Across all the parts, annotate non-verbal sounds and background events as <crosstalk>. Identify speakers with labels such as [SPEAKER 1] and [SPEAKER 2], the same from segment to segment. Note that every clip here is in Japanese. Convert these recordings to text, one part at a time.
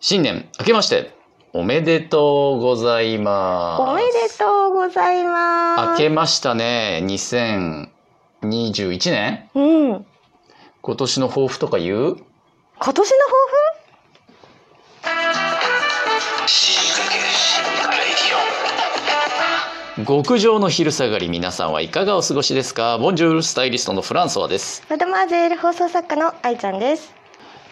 [SPEAKER 1] 新年明けましておめでとうございます。
[SPEAKER 2] おめでとうございま
[SPEAKER 1] 明
[SPEAKER 2] す。
[SPEAKER 1] けましたね。2021年
[SPEAKER 2] うん。
[SPEAKER 1] 今年の抱負とか言う
[SPEAKER 2] 今年の
[SPEAKER 1] 極上の昼下がり皆さんはいかがお過ごしですかボンジュールスタイリストのフランソワです。
[SPEAKER 2] 抱負マドマーゼール放送作家の愛ちゃんです。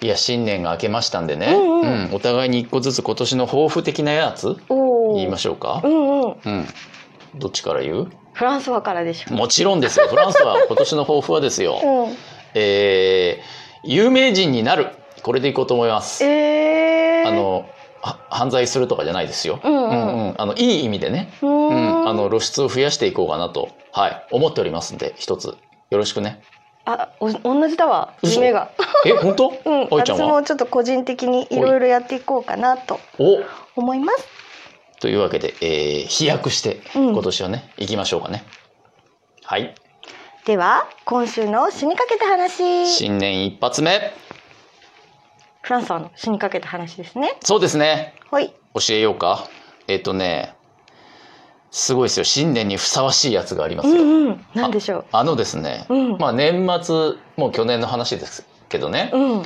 [SPEAKER 1] いや、新年が明けましたんでね。
[SPEAKER 2] うんうん
[SPEAKER 1] お互いに一個ずつ今年の抱負的なやつ
[SPEAKER 2] おお。
[SPEAKER 1] 言いましょうか
[SPEAKER 2] う。んうん。
[SPEAKER 1] うん。どっちから言う
[SPEAKER 2] フランスはからでしょ。
[SPEAKER 1] もちろんですよ。フランスは今年の抱負はですよ。
[SPEAKER 2] うん。
[SPEAKER 1] えー有名人になるこれでいこうと思います。
[SPEAKER 2] ええー。
[SPEAKER 1] あ。のは犯罪するとかじゃないですよ。
[SPEAKER 2] うんうん
[SPEAKER 1] うんあのいい意味でね、
[SPEAKER 2] う
[SPEAKER 1] う
[SPEAKER 2] ーん。
[SPEAKER 1] ん、あの露出を増やしていこうかなとはい思っておりますんで一つよろしくね。
[SPEAKER 2] あ、お、同じだわ。
[SPEAKER 1] 嘘
[SPEAKER 2] 夢が。 <laughs>
[SPEAKER 1] え本当？
[SPEAKER 2] うん。
[SPEAKER 1] あいちゃん
[SPEAKER 2] 私
[SPEAKER 1] は
[SPEAKER 2] もちょっと個人的にいろいろやっていこうかなと
[SPEAKER 1] お
[SPEAKER 2] 思います。
[SPEAKER 1] というわけで、えー飛躍して
[SPEAKER 2] うん
[SPEAKER 1] 今年はね、行きましょうかね。はい
[SPEAKER 2] では、今週の死にかけた話。
[SPEAKER 1] 新年一発目
[SPEAKER 2] フランスはの死にかけた話ですね。
[SPEAKER 1] そうですね
[SPEAKER 2] はい。
[SPEAKER 1] 教えようかえっ、とねすごいですよ新年にふさわしいやつがあります
[SPEAKER 2] う
[SPEAKER 1] よ。
[SPEAKER 2] んうん。なんでしょ
[SPEAKER 1] あのですね、
[SPEAKER 2] う。うん。
[SPEAKER 1] まあ年末もう去年の話ですけどね、
[SPEAKER 2] うん。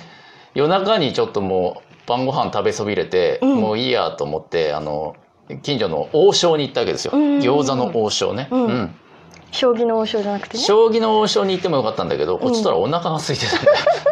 [SPEAKER 1] 夜中にちょっともう晩ご飯食べそびれて、
[SPEAKER 2] うん
[SPEAKER 1] もういいやと思ってあの近所の王将に行ったわけですよ、
[SPEAKER 2] うんうんうん
[SPEAKER 1] 餃子の王将ね、
[SPEAKER 2] うん将棋の王将じゃなくてね。
[SPEAKER 1] 将棋の王将に行ってもよかったんだけどこっちとらお腹が空いてたんで、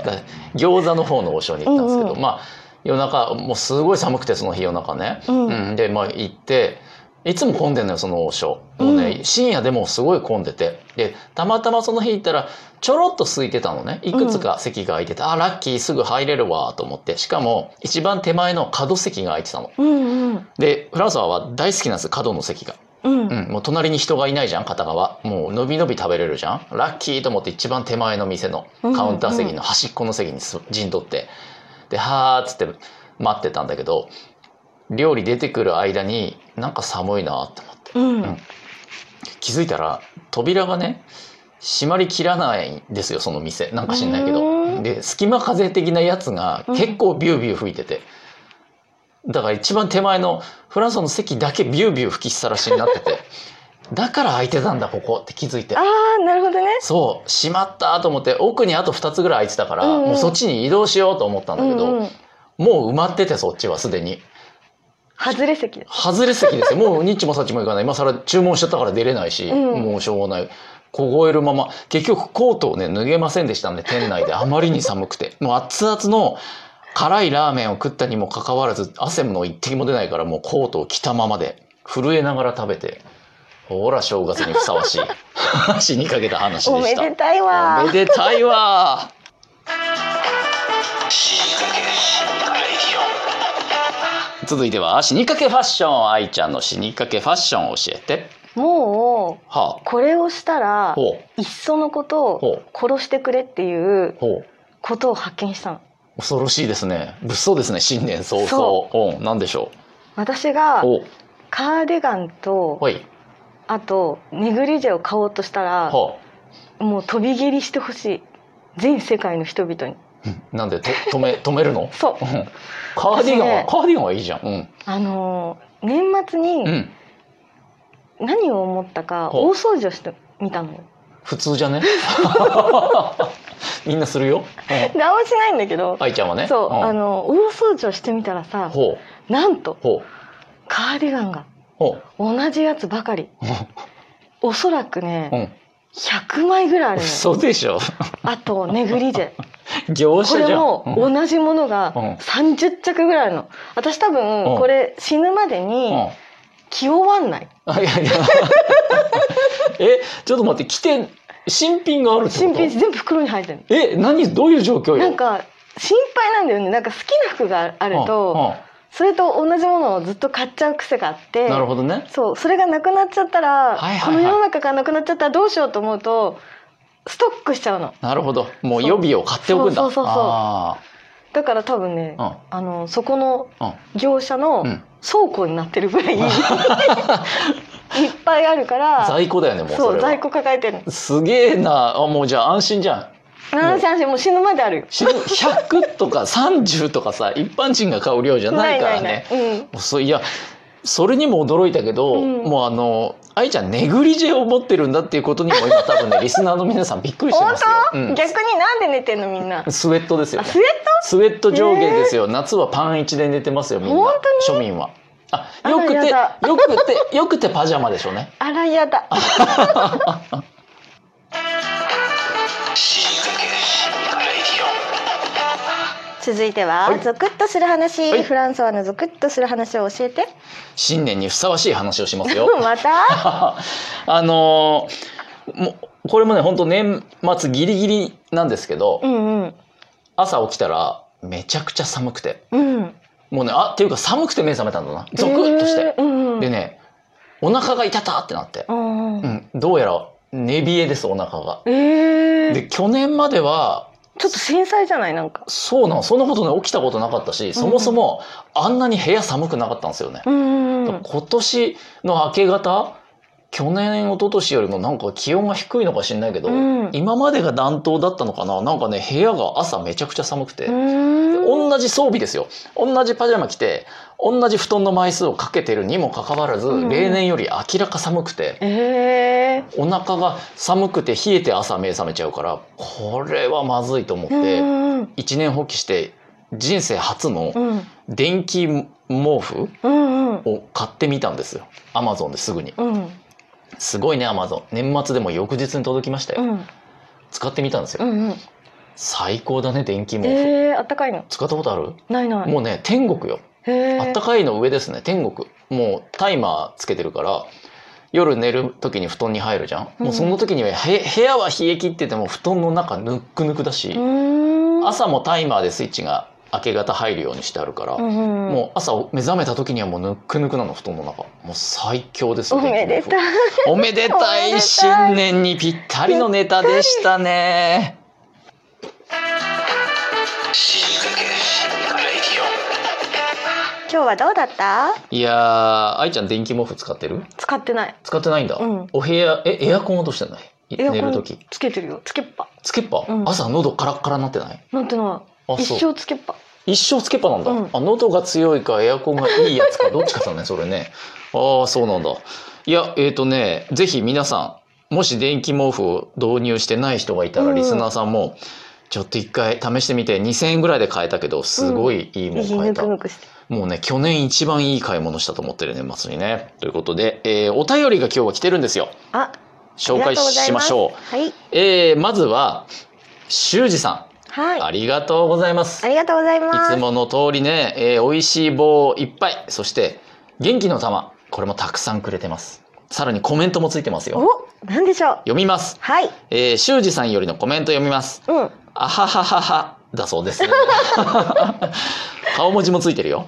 [SPEAKER 1] だ餃子の方の王将に行ったんですけど、
[SPEAKER 2] うんうん
[SPEAKER 1] まあ夜中もうすごい寒くてその日夜中ね、
[SPEAKER 2] うん
[SPEAKER 1] うんでまあ行っていつも混んでんのよその王将もうね、
[SPEAKER 2] う
[SPEAKER 1] 深夜でもすごい混んでてでたまたまその日行ったらちょろっと空いてたのねいくつか席が空いてて、あラッキーすぐ入れるわと思ってしかも一番手前の角席が空いてたの
[SPEAKER 2] うんうん。
[SPEAKER 1] でフランスは大好きなんです角の席が
[SPEAKER 2] うん
[SPEAKER 1] うん、もう隣に人がいないじゃん片側もうのびのび食べれるじゃんラッキーと思って一番手前の店の
[SPEAKER 2] うんうん
[SPEAKER 1] カウンター席の端っこの席にす陣取ってで「はーっつって待ってたんだけど料理出てくる間になんか寒いなって思って
[SPEAKER 2] うん
[SPEAKER 1] うん気づいたら扉がね閉まりきらないんですよその店なんか知んないけ
[SPEAKER 2] う
[SPEAKER 1] ど
[SPEAKER 2] ん
[SPEAKER 1] で隙間風的なやつが結構ビュービュー吹いてて、だから一番手前のフランスの席だけビュービュー吹きっさらしになってて <laughs> だから空いてたんだここって気づいて
[SPEAKER 2] ああなるほどね。
[SPEAKER 1] そう閉まったと思って奥にあと2つぐらい空いてたから、
[SPEAKER 2] うんうん
[SPEAKER 1] もうそっちに移動しようと思ったんだけど、
[SPEAKER 2] うんうん、
[SPEAKER 1] もう埋まっててそっちはすでに
[SPEAKER 2] 外れ席です。
[SPEAKER 1] 外れ席ですよもうニッチもサッチもいかない今更注文しちゃったから出れないし、
[SPEAKER 2] うん
[SPEAKER 1] もうしょうがない凍えるまま結局コートをね脱げませんでしたんで店内であまりに寒くてもう熱々の辛いラーメンを食ったにもかかわらず汗も一滴も出ないからもうコートを着たままで震えながら食べてほら正月にふさわしい <laughs> 死にかけた話
[SPEAKER 2] お
[SPEAKER 1] で
[SPEAKER 2] め
[SPEAKER 1] した
[SPEAKER 2] でたいわ
[SPEAKER 1] おめ。でたいわ続いては死にかけファッション愛ちゃんの死にかけファッションを教えて
[SPEAKER 2] もう
[SPEAKER 1] は
[SPEAKER 2] これをした
[SPEAKER 1] あ
[SPEAKER 2] ら
[SPEAKER 1] ほう
[SPEAKER 2] いっそのこと
[SPEAKER 1] ほ
[SPEAKER 2] を殺してくれっていう
[SPEAKER 1] ほう
[SPEAKER 2] ことを発見したの。
[SPEAKER 1] 恐ろしいですね物騒ですね新年早々
[SPEAKER 2] そ
[SPEAKER 1] うんなんでしょ
[SPEAKER 2] 私が
[SPEAKER 1] うお
[SPEAKER 2] カーディガンと
[SPEAKER 1] ほい
[SPEAKER 2] あとネグリジェを買おうとしたら
[SPEAKER 1] ほ
[SPEAKER 2] もう飛び蹴りしてほしい全世界の人々に
[SPEAKER 1] うなんでと止め止めるの
[SPEAKER 2] そう
[SPEAKER 1] うんカーディガンは
[SPEAKER 2] 私ね
[SPEAKER 1] カーディガンはいいじゃんうん
[SPEAKER 2] あのー年末
[SPEAKER 1] う
[SPEAKER 2] に
[SPEAKER 1] ん
[SPEAKER 2] 何を思ったか
[SPEAKER 1] ほう
[SPEAKER 2] 大掃除をしてみたのよ
[SPEAKER 1] 普通じゃね <laughs> みんなするよ、うん、
[SPEAKER 2] 何もしないんだけど
[SPEAKER 1] 愛ちゃんはね
[SPEAKER 2] そう、
[SPEAKER 1] ん
[SPEAKER 2] あの大掃除をしてみたらさ
[SPEAKER 1] ほう
[SPEAKER 2] なんと
[SPEAKER 1] ほう
[SPEAKER 2] カーディガンが
[SPEAKER 1] ほう
[SPEAKER 2] 同じやつばかりおそらくね、
[SPEAKER 1] うん
[SPEAKER 2] 100枚ぐらいあるのよ
[SPEAKER 1] 嘘でしょ <laughs>
[SPEAKER 2] あとネグリジェ
[SPEAKER 1] 業者
[SPEAKER 2] こ
[SPEAKER 1] じ
[SPEAKER 2] れ
[SPEAKER 1] ゃん
[SPEAKER 2] も
[SPEAKER 1] うん
[SPEAKER 2] 同じものが
[SPEAKER 1] うん
[SPEAKER 2] 30着ぐらいあるの私多
[SPEAKER 1] うん
[SPEAKER 2] 分これ死ぬまでに
[SPEAKER 1] うん
[SPEAKER 2] 着終わんない
[SPEAKER 1] あいや <laughs> いやえちょっと待って来て新品があるってこと
[SPEAKER 2] 新品全部袋に入ってる
[SPEAKER 1] え何どういう状況よ
[SPEAKER 2] のなんか心配なんだよねなんか好きな服があ
[SPEAKER 1] あ
[SPEAKER 2] るとそれと同じものをずっと買っちゃう癖があって
[SPEAKER 1] なるほどね
[SPEAKER 2] そうそれがなくなっちゃったら、
[SPEAKER 1] はいはいはい
[SPEAKER 2] この世の中がなくなっちゃったらどうしようと思うとストックしちゃうの
[SPEAKER 1] なるほどもう予備を買っておくんだ
[SPEAKER 2] そうそうそうそう
[SPEAKER 1] あ
[SPEAKER 2] だから多分ね、
[SPEAKER 1] ー
[SPEAKER 2] あのそこの
[SPEAKER 1] うんうん
[SPEAKER 2] 業者の
[SPEAKER 1] うん
[SPEAKER 2] 倉庫になってるぐらい、いっぱいあるから
[SPEAKER 1] <laughs> 在庫だよねもう
[SPEAKER 2] そ
[SPEAKER 1] そうれは
[SPEAKER 2] 在庫抱えてるの
[SPEAKER 1] すげえなあもうじゃあ安心じゃん
[SPEAKER 2] 七三種もう死ぬまであるよ。
[SPEAKER 1] 死ぬ100とか30とかさ一般人が買う量じゃないからね
[SPEAKER 2] うん。
[SPEAKER 1] もうそういやそれにも驚いたけど、
[SPEAKER 2] うん
[SPEAKER 1] もうあの愛ちゃんネグリジェを持ってるんだっていうことにも今多分
[SPEAKER 2] <laughs>
[SPEAKER 1] ねリスナーの皆さんびっくりして
[SPEAKER 2] 本
[SPEAKER 1] ますよ、
[SPEAKER 2] 当、
[SPEAKER 1] うん
[SPEAKER 2] 逆になんで寝てんのみんな。
[SPEAKER 1] スウェットですよ
[SPEAKER 2] あ、
[SPEAKER 1] ね
[SPEAKER 2] スウェッ
[SPEAKER 1] スウェット上下ですよ、夏はパン一で寝てますよみんな
[SPEAKER 2] 本
[SPEAKER 1] 庶民はあ
[SPEAKER 2] あ
[SPEAKER 1] よく
[SPEAKER 2] やだ
[SPEAKER 1] てよくてよくてパジャマでしょうね
[SPEAKER 2] トあらや
[SPEAKER 1] <laughs>
[SPEAKER 2] だ。続いては、
[SPEAKER 1] はい
[SPEAKER 2] ゾクッとする話、
[SPEAKER 1] はい
[SPEAKER 2] フランソワのゾクッとする話を教えて。
[SPEAKER 1] 新年にふさわしい話をしますよ <laughs>
[SPEAKER 2] また。
[SPEAKER 1] あのーもうこれもね本当年末ギリギリなんですけど、
[SPEAKER 2] うんうん。
[SPEAKER 1] 朝起きたらめちゃくちゃ寒くて
[SPEAKER 2] うん。
[SPEAKER 1] もうねあっていうか寒くて目覚めたんだなゾクッとして、
[SPEAKER 2] えー。うんうん。
[SPEAKER 1] でねお腹が痛たってなって
[SPEAKER 2] う、んうん。
[SPEAKER 1] うん、どうやら寝冷えですお腹が。
[SPEAKER 2] ええ
[SPEAKER 1] で去年までは
[SPEAKER 2] ちょっと繊細じゃないなんか。
[SPEAKER 1] そうなのそんなことね起きたことなかったしそもそもあんなに部屋寒くなかったんですよね、
[SPEAKER 2] うんうん。
[SPEAKER 1] 今年の明け方去年一昨年よりもなんか気温が低いのか知んないけど、
[SPEAKER 2] うん
[SPEAKER 1] 今までが暖冬だったのかななんかね部屋が朝めちゃくちゃ寒くて、
[SPEAKER 2] うん。
[SPEAKER 1] 同じ装備ですよ同じパジャマ着て同じ布団の枚数をかけてるにもかかわらず、
[SPEAKER 2] うん
[SPEAKER 1] 例年より明らか寒くて
[SPEAKER 2] ええ
[SPEAKER 1] お腹が寒くて冷えて朝目覚めちゃうからこれはまずいと思っ
[SPEAKER 2] う
[SPEAKER 1] て、
[SPEAKER 2] んうん。
[SPEAKER 1] 一年放棄して人生初の
[SPEAKER 2] うん。
[SPEAKER 1] 電気毛布
[SPEAKER 2] うんうん。
[SPEAKER 1] を買ってみたんですよアマゾンですぐに
[SPEAKER 2] うん。
[SPEAKER 1] すごいねアマゾン年末でも翌日に届きました
[SPEAKER 2] う
[SPEAKER 1] よ
[SPEAKER 2] ん。
[SPEAKER 1] 使ってみたんです
[SPEAKER 2] う
[SPEAKER 1] よ
[SPEAKER 2] んうん。
[SPEAKER 1] 最高だね電気毛布
[SPEAKER 2] ええー、あったかいの。
[SPEAKER 1] 使ったことある
[SPEAKER 2] ないない。
[SPEAKER 1] もうね天国よ
[SPEAKER 2] へえ。
[SPEAKER 1] あったかいの上ですね天国もうタイマーつけてるから夜寝る時に布団に入るじゃん、
[SPEAKER 2] うん
[SPEAKER 1] もうその時にはへ部屋は冷え切ってても布団の中ぬっくぬくだし
[SPEAKER 2] う、ーん。
[SPEAKER 1] 朝もタイマーでスイッチが明け方入るようにしてあるから、
[SPEAKER 2] うんうんうん。
[SPEAKER 1] もう朝目覚めた時にはもうぬっくぬくなの布団の中もう最強です
[SPEAKER 2] お
[SPEAKER 1] よ
[SPEAKER 2] めでたい。
[SPEAKER 1] おめで
[SPEAKER 2] おめ
[SPEAKER 1] た
[SPEAKER 2] でたい
[SPEAKER 1] い新年にぴったりのネタでしたね
[SPEAKER 2] 今日はどうだった？
[SPEAKER 1] いやー愛ちゃん電気毛布使ってる
[SPEAKER 2] 使ってない。
[SPEAKER 1] 使ってないんだ、
[SPEAKER 2] うん
[SPEAKER 1] お部屋えエアコンはどうしてんのい
[SPEAKER 2] エアコン
[SPEAKER 1] 寝る時
[SPEAKER 2] つけてるよ。つけっぱ。
[SPEAKER 1] つけっぱ、
[SPEAKER 2] うん
[SPEAKER 1] 朝喉カラッカラになってない
[SPEAKER 2] なんての
[SPEAKER 1] あ
[SPEAKER 2] 一
[SPEAKER 1] そう
[SPEAKER 2] 生つけっぱ。
[SPEAKER 1] 一生つけっぱなんだ、
[SPEAKER 2] うん
[SPEAKER 1] あ喉が強いかエアコンがいいやつ
[SPEAKER 2] <laughs>
[SPEAKER 1] かどっちかだねそれねああそうなんだいやえっ、とねぜひ皆さんもし電気毛布を導入してない人がいたら、
[SPEAKER 2] うん
[SPEAKER 1] リスナーさんもちょっと一回試してみて2,000円ぐらいで買えたけどすごいいいもん
[SPEAKER 2] いい
[SPEAKER 1] 買え
[SPEAKER 2] ぬ
[SPEAKER 1] た、
[SPEAKER 2] くぬくして。
[SPEAKER 1] もうね去年一番いい買い物したと思ってるね年末にねということで、えーお便りが今日は来てるんですよ
[SPEAKER 2] あ、
[SPEAKER 1] 紹介しましょう
[SPEAKER 2] ありがとうございますはい。
[SPEAKER 1] えーまずは修二さ
[SPEAKER 2] はい。
[SPEAKER 1] んありがとうございます
[SPEAKER 2] ありがとうございます。
[SPEAKER 1] いつもの通りね、えー、美味しい棒いっぱい、そして元気の玉、これもたくさんくれてます。さらにコメントもついてますよ。
[SPEAKER 2] お、なんでしょう。
[SPEAKER 1] 読みます。
[SPEAKER 2] はい。
[SPEAKER 1] えー、修二さんよりのコメント読みます。
[SPEAKER 2] うん。
[SPEAKER 1] あはははは、だそうです。 <laughs> 顔文字もついてるよ。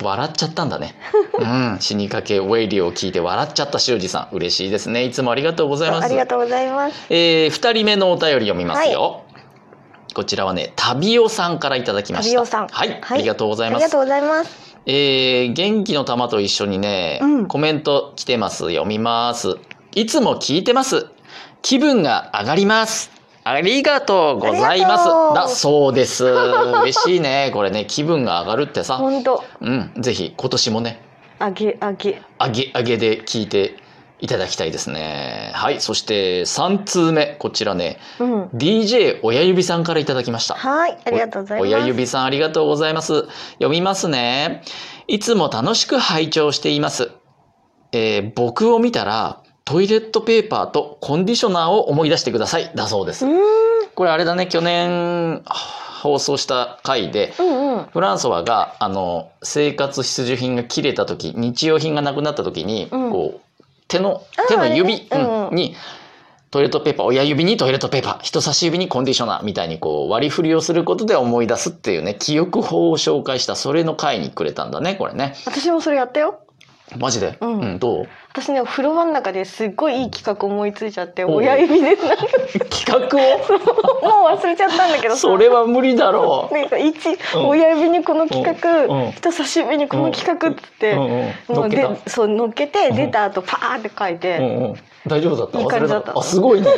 [SPEAKER 1] 笑っちゃったんだね。
[SPEAKER 2] <laughs>
[SPEAKER 1] うん、死にかけウェイリオを聞いて笑っちゃった修二さん、嬉しいですね。いつもありがとうございます。
[SPEAKER 2] ありがとうございます。
[SPEAKER 1] えー、2人目のお便り読みますよ。こちらはね、タビオさんからいただきました。
[SPEAKER 2] タビオさん
[SPEAKER 1] はい、
[SPEAKER 2] はい
[SPEAKER 1] ありがとうござ
[SPEAKER 2] あ
[SPEAKER 1] い
[SPEAKER 2] り
[SPEAKER 1] ま
[SPEAKER 2] が
[SPEAKER 1] す
[SPEAKER 2] と。うございます。
[SPEAKER 1] えー元気の玉と一緒にね、
[SPEAKER 2] うん
[SPEAKER 1] コメント来てます。読みます。いつも聞いてます。気分が上がります。ありがとうございます
[SPEAKER 2] ありがとう。
[SPEAKER 1] だそうです。嬉しいね。これね、気分が上がるってさ。
[SPEAKER 2] 本当。
[SPEAKER 1] うん、ぜひ今年もね、
[SPEAKER 2] あげあげ。
[SPEAKER 1] あげあげで聞いていただきたいですね。はい、そして3通目、こちらね、
[SPEAKER 2] うん。
[SPEAKER 1] DJ 親指さんからいただきました。
[SPEAKER 2] はい。ありがとうございます。
[SPEAKER 1] お親指さんありがとうございます。読みますね。いつも楽しく拝聴しています。えー僕を見たらトイレットペーパーとコンディショナーを思い出してください。だそうで
[SPEAKER 2] う
[SPEAKER 1] す。
[SPEAKER 2] ーん。
[SPEAKER 1] これあれだね、去年はあ放送した回で、
[SPEAKER 2] うんうん。
[SPEAKER 1] フランソワがあの生活必需品が切れた時日用品がなくなった時に、
[SPEAKER 2] うん
[SPEAKER 1] こう手の
[SPEAKER 2] あー
[SPEAKER 1] 手の
[SPEAKER 2] あれ
[SPEAKER 1] 指
[SPEAKER 2] ねうんうん
[SPEAKER 1] うんにトイレットペーパー親指にトイレットペーパー人差し指にコンディショナーみたいにこう割り振りをすることで思い出すっていうね記憶法を紹介したそれの回にくれたんだねこれね
[SPEAKER 2] 私もそれやったよ。
[SPEAKER 1] マジで、
[SPEAKER 2] <laughs> うん
[SPEAKER 1] どう
[SPEAKER 2] 私ねお風呂場の中ですっごいいい企画思いついちゃって
[SPEAKER 1] おう
[SPEAKER 2] 親指でなんか
[SPEAKER 1] 企画
[SPEAKER 2] もう忘れちゃったんだけど
[SPEAKER 1] を
[SPEAKER 2] さ
[SPEAKER 1] それは無理だろ
[SPEAKER 2] なんか一、
[SPEAKER 1] うん
[SPEAKER 2] 親指にこの企
[SPEAKER 1] う、う
[SPEAKER 2] 画、
[SPEAKER 1] ん
[SPEAKER 2] 人差し指にこの企画っつっ
[SPEAKER 1] う
[SPEAKER 2] て、
[SPEAKER 1] んうん、
[SPEAKER 2] も
[SPEAKER 1] 乗っ
[SPEAKER 2] う
[SPEAKER 1] け
[SPEAKER 2] で
[SPEAKER 1] た
[SPEAKER 2] そう乗っけて
[SPEAKER 1] うん
[SPEAKER 2] 出た後パーって書いて、
[SPEAKER 1] うんうん、大丈夫だった
[SPEAKER 2] いい
[SPEAKER 1] 忘
[SPEAKER 2] 感
[SPEAKER 1] れ
[SPEAKER 2] じだ
[SPEAKER 1] な
[SPEAKER 2] っ
[SPEAKER 1] かったたあすごいね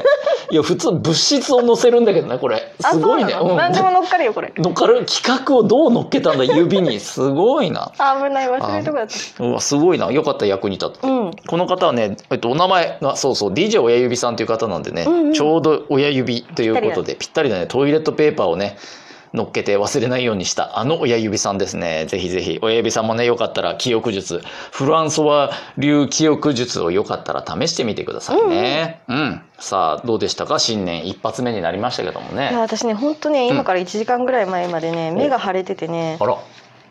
[SPEAKER 1] いや普通物質を乗せるんだけどねこれ
[SPEAKER 2] あ
[SPEAKER 1] すごいね
[SPEAKER 2] そうなの、
[SPEAKER 1] うん
[SPEAKER 2] 何でも乗っかるよこれ
[SPEAKER 1] 乗っかる企画をどう乗っけた <laughs> んだ指にすごいな
[SPEAKER 2] あ危ない忘れとかだっ
[SPEAKER 1] うわすごいなよかった役に立った
[SPEAKER 2] たうん
[SPEAKER 1] この方はね、えっと、お名前がそうそう DJ 親指さんという方なんでね、
[SPEAKER 2] うんうん
[SPEAKER 1] ちょうど親指ということでぴったりだねトイレットペーパーをね乗っけて忘れないようにしたあの親指さんですねぜひぜひ親指さんもねよかったら記憶術フランソワ流記憶術をよかったら試してみてくださいねうん、さあどうでしたか新年一発目になりましたけども
[SPEAKER 2] いや
[SPEAKER 1] ね
[SPEAKER 2] 私ね本当ね今から1時間ぐらい前までね、目が腫れててね
[SPEAKER 1] あら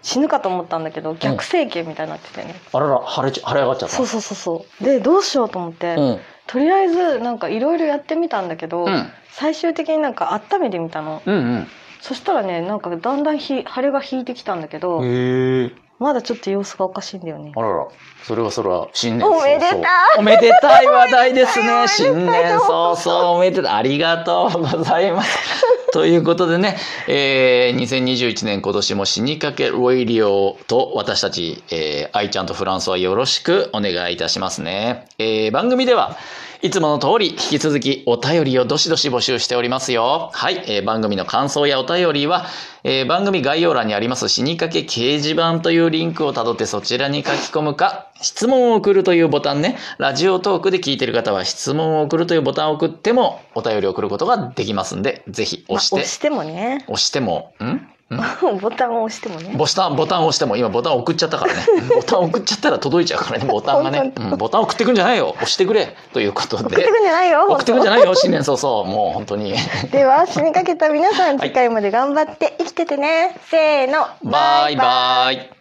[SPEAKER 2] 死ぬかと思ったんだけど逆整形みたいになっててね、
[SPEAKER 1] あらら腫れちゃ腫れ上がっちゃった
[SPEAKER 2] そうそうそうそうでどうしようと思って、
[SPEAKER 1] うん
[SPEAKER 2] とりあえずなんかいろいろやってみたんだけ
[SPEAKER 1] う
[SPEAKER 2] ど、
[SPEAKER 1] ん
[SPEAKER 2] 最終的になんか温めてみたの
[SPEAKER 1] うん
[SPEAKER 2] そしたらねなんかだんだんひ腫れが引いてきたんだけ
[SPEAKER 1] う
[SPEAKER 2] ど
[SPEAKER 1] んへえ
[SPEAKER 2] まだちょっと様子がおかしいんだよね
[SPEAKER 1] あらら、それはそれは新年
[SPEAKER 2] おめでたい
[SPEAKER 1] 早々おめでたい話題です
[SPEAKER 2] <laughs> おめ
[SPEAKER 1] ね。
[SPEAKER 2] でたい
[SPEAKER 1] 新年早々おめでたい。ありがとうござい
[SPEAKER 2] <laughs>
[SPEAKER 1] ます。ということでね、えー、2021年今年も死にかけロイリオと私たち、えー、愛ちゃんとフランスはよろしくお願いいたしますね。えー、番組では、いつもの通り引き続きお便りをどしどし募集しておりますよ。はい、えー番組の感想やお便りは、えー番組概要欄にあります死にかけ掲示板というリンクをたどってそちらに書き込むか、質問を送るというボタンね、ラジオトークで聞いてる方は質問を送るというボタンを送ってもお便りを送ることができますんで、ぜひ押し
[SPEAKER 2] まあ
[SPEAKER 1] て、
[SPEAKER 2] 押してもね <laughs>
[SPEAKER 1] 押しても、ん
[SPEAKER 2] ボタンを押してもね
[SPEAKER 1] ボタン、ボタンを押しても、今ボタン送っちゃったからね。 <laughs> ボタン送っちゃったら届いちゃうからね、ボタンがね
[SPEAKER 2] 本。
[SPEAKER 1] うんボタン送ってくんじゃないよ。押してくれ。ということ
[SPEAKER 2] <laughs> 送って
[SPEAKER 1] で。
[SPEAKER 2] くんじゃないよ
[SPEAKER 1] 送ってくんじゃ
[SPEAKER 2] 本
[SPEAKER 1] ないよ、新年早々。もう本当に。
[SPEAKER 2] 当では死にかけた皆さん
[SPEAKER 1] はい
[SPEAKER 2] 次回まで頑張って生きててね、せーの
[SPEAKER 1] バイバイ。